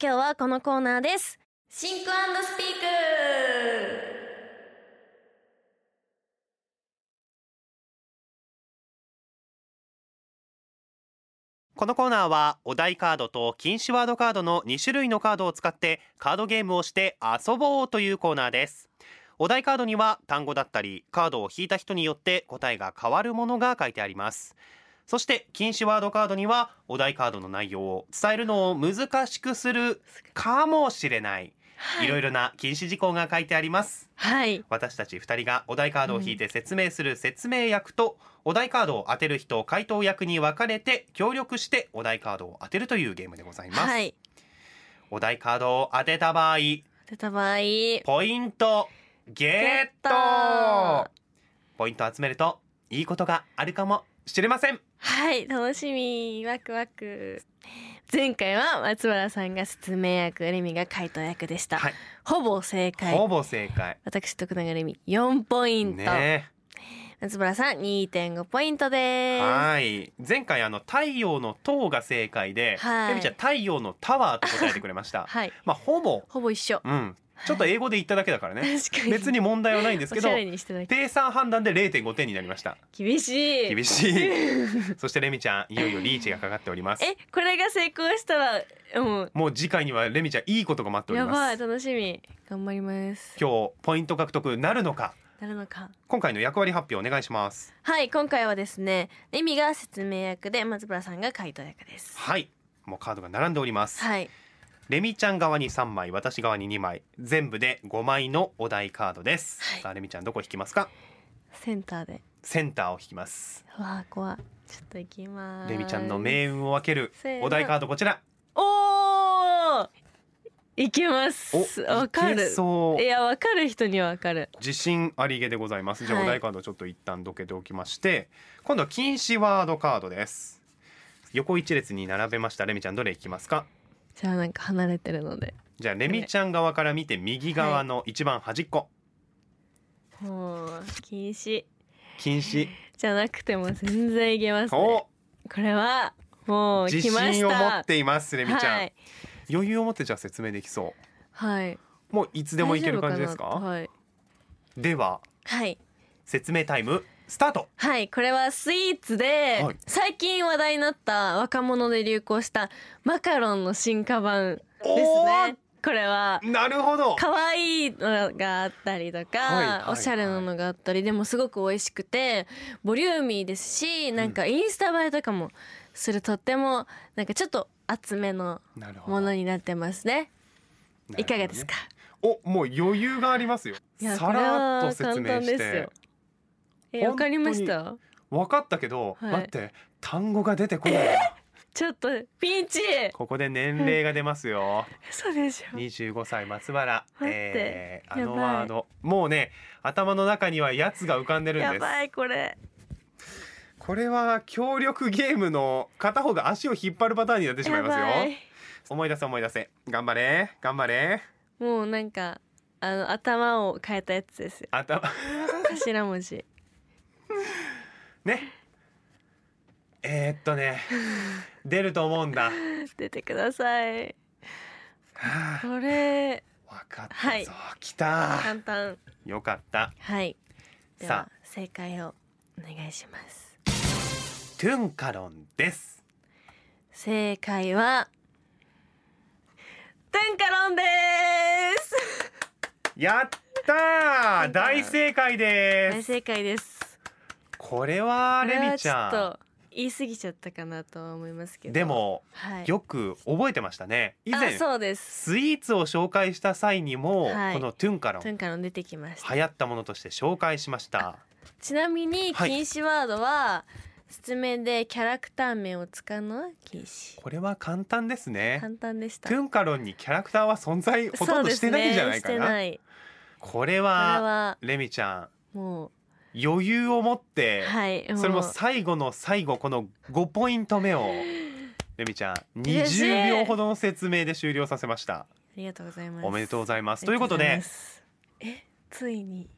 今日はこのコーナーです。シンクスピークこのコーナーはお題カードと禁止ワードカードの2種類のカードを使ってカードゲームをして遊ぼうというコーナーですお題カードには単語だったりカードを引いた人によって答えが変わるものが書いてありますそして禁止ワードカードにはお題カードの内容を伝えるのを難しくするかもしれないいろいろな禁止事項が書いてありますはい。私たち2人がお題カードを引いて説明する説明役と、お題カードを当てる人回答役に分かれて協力してお題カードを当てるというゲームでございます、はい。お題カードを当てた場合出た場合。ポイントゲッゲトットポイントを集めるといいことがあるかもしれませんはい、楽しみ。ワクワク。前回は松原さんが説明役、レミが回答役でした。はいほぼ正解ほ。ぼ正解私徳永レミ4ポイント、ね松原さん2.5ポイントえです。はい前回あの太陽の塔が正解で、はいレミちゃん太陽のタワーと答えてくれまし たはい。まあほぼほぼ一緒。うんちょっと英語で言っただけだからね確かに。 別に問題はないんですけどおしゃれにしてない。計算判断で0.5点になりました厳しい。厳しい そしてレミちゃんいよいよリーチがかかっておりますえ、これが成功したら、もうもう次回にはレミちゃんいいことが待っておりやばまい、す楽しみ。頑張ります。今日ポイント獲得なるのかなるのか。今回の役割発表お願いしますはい、今回はですね、レミが説明役で、松原さんが回答役です。はいもうカードが並んでおりますはい。レミちゃん側に3枚私側に2枚全部で5枚のお題カードです、はいさあレミちゃんどこ引きますかセンターで。センターを引きますうわあ、怖い。ちょっと行きます。レミちゃんの。命運を分けるお題カードこちらおお。行けます。おわかいける。そういや、わかる人にはわかる。自信ありげでございますじゃあはいお題カードちょっと一旦どけておきまして、今度は禁止ワードカードです横一列に並べましたレミちゃんどれいきますかじゃあ、なんか離れてるので。じゃあレミちゃん側から見て右側の一番端っこ、もう、禁止。禁止じゃなくても、全然いけます、ね。おこれは。もう、自来まし信た。を持っていますレミちゃん、はい。余裕を持ってじゃあ説明できそはい。うもういつでもいける感じですか大丈夫なはい。でははい。説明タイムスタートはい、これはスイーツで、はい最近話題になった若者で流行したマカロンの進化版ですね。これはおーなるほど可愛いのがあったりとか、はいはいはいおしゃれなのがあったりでもすごく美味しくてボリューミーですしなんかインスタ映えとかもするとってもなんかちょっと厚めのなるほもどのになってますね。なるほどねいかがですか、おもう余裕がありますよいやさらっと説明これは簡単でしすてよえわかりました分かったけど、はい待って単語が出てこない、ちょっとピンチここで年齢が出ま すよ嘘でしょ25歳松原待ってーあのやばいワードもうね頭の中にはやつが浮かんでるんやですばいこれこれは協力ゲームの片方が足を引っ張るパターンになってしまいますよやばい思い出せ思い出せ頑張れ頑張れもうなんかあの頭を変えたやつです よ頭頭文字ねえー、っ とね出ると思うんだ出てくださいこれ分かったぞ、はい来た簡単よかったはいではさあ正解をお願いしますトゥンカロンです正解はトゥンカロンでーすやったんーか大正解で大す正解ですこれはレミちこれはゃょっと言い過ぎちゃったかなとは思いますけんどでもはいよく覚えてましたね以前あそうですスイーツを紹介した際にもはいこのトゥンカロントゥンカロン出てきました流行ったものとして紹介しましたちなみにはい禁止ワードは説明でキャラクター名を使うのは禁止これは簡単ですね簡単でしたトゥンカロンにキャラクターは存在ほとんどしてないんじゃないかそうですねしてなないこれこれははレミちゃもん余裕を持ってうはいそれもう最後の最後この5ポイント目 をレミちゃん嬉しい20秒ほどの説明で終了させましたありがとうございますおめでとうごいざいますということでえついに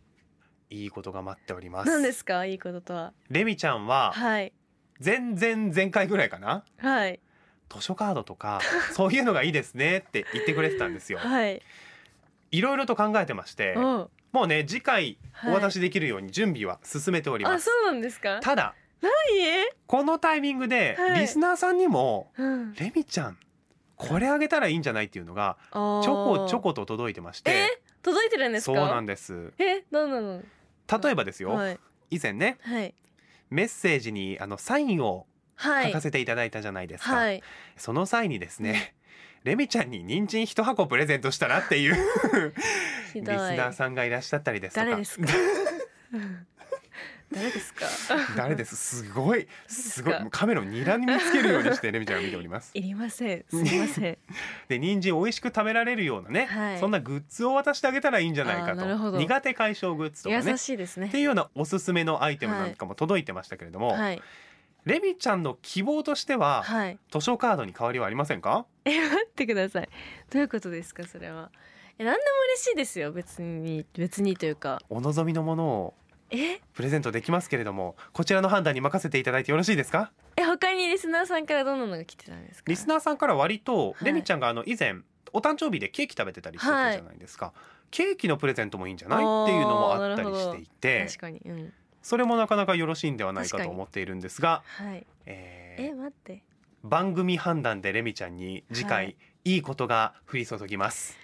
いいことが待っております何ですかいいこととはレミちゃんははい前々前回ぐらいかなはい図書カード とかそういうのがいいですねって言ってくれてたんですよ。はい。いろいろと考えてましておもうね次回はいお渡しできるように準備は進めておりまあ、す。そうなんですか。ただはい。このタイミングではいリスナーさんにもうん「レミちゃんこれあげたらいいんじゃない?」っていうのがちょちょこちょ。こと届いてましえて、届いてるんですそか。うなんですえ、どうなの。例えばですよ、はい。以前ねはい。メッセージにあのサインをは書いか。せていただいたじゃないですか、はい。その際にですね、レミちゃんに人参一箱プレゼントしたらっていう ひリスどい。ナーさんがいらっしゃったりですとか誰 ですか。誰ですか。誰ですすごいすごい ですかもうカメラを睨みつけるようにしてレミちゃんを見ており ますいりません。すみません。で人参美味しく食べられるようなね、はいそんなグッズを渡してあげたらいいんじゃないかあーなるほとど苦手解消グッズとかね優っしいですていね。うようなおすすめのアイテムなんかも届いてましたけれども、はい。レミちゃんの希望としては、はい。 図書カードに変わりはありませんかえ、待ってください。どういうことですか、それは。え、何でも嬉しいですよ。別に、別にというか。お望みのものをえ、プレゼントできますけれどもこちらの判断に任せていただいてよろしいですかえ、他にリスナーさんからどんなのが来てたんですか。リスナーさんから割と、いレミちゃんがあの以前お誕生日でケーキ食べてたりしてたじゃないですか、ケーキのプレゼントもいいんじゃないあーっていうのもあったりしていて確かに、うん。それもなかなかよろしいんではないか確かとに思っているんですが、はい。えーえ、待って。番組判断でレミちゃんに次回、はいい、いことが降り注ぎます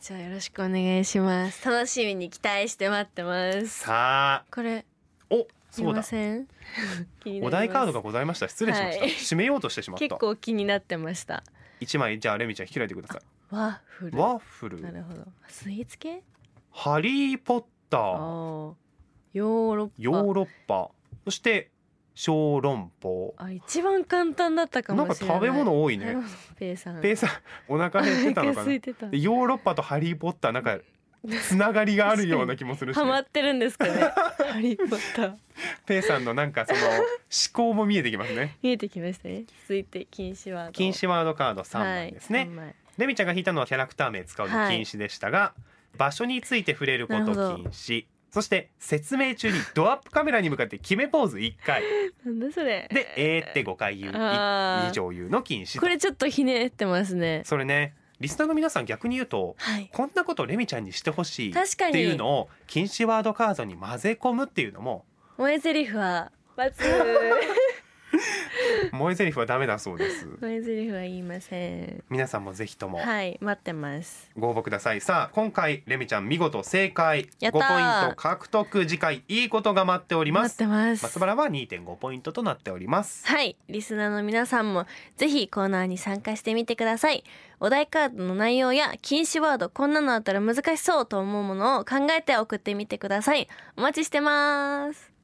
じゃあ、よろしくお願いします。楽しみに期待して待ってます。さあこれ、おすそみうまだせん。気になりますお題カードがございました失礼しました、はい締めようとしてしまっ結た構気になってました。一枚じゃあレミちゃん開いてくださワッフいル。ワッフルなるほど。スイーツ系。ハリー・ポッタああーー。ヨーロッパ。ヨーロッパそして小籠包あ一番簡単だったかなもんかしれない食べ物多いね食べ物ペイさんペ イさんお腹減ってたのお腹か空ないてたでヨーロッパとハリー・ポッターなんかつながりがあるような気もするし、ハマね、ってるんですかねハリーポッターペイさんのなんかその思考も見えてきま すね見えてきましたね続いて禁止ワード禁止ワードカード3枚ですね、はい三枚レミちゃんが引いたのはキャラクター名使うの禁止でしたが、場所について触れること禁なるほ止そして説明中にドアップカメラに向かって決めポーズ1回なんだそれ で「えー」って5回言うあーい以上言うの禁止とこれちょっとひねってますねそれねリスナーの皆さん逆に言うとはいこんなことレミちゃんにしてほしいっ確かていうにのを禁止ワードカードに混ぜ込むっていうのも萌え台詞 はバツ萌え台詞はダメだそうです萌え台詞は言いません皆さんもぜひともはい待ってますご応募くださいさあ今回レミちゃん見事正解や5っポたインート獲得次回いいことが待っておりま待すってます松原は2.5ポイントとなっておりますはいリスナーの皆さんもぜひコーナーに参加してみてくださいお題カードの内容や禁止ワードこんなのあったら難しそうと思うものを考えて送ってみてくださいお待ちしてます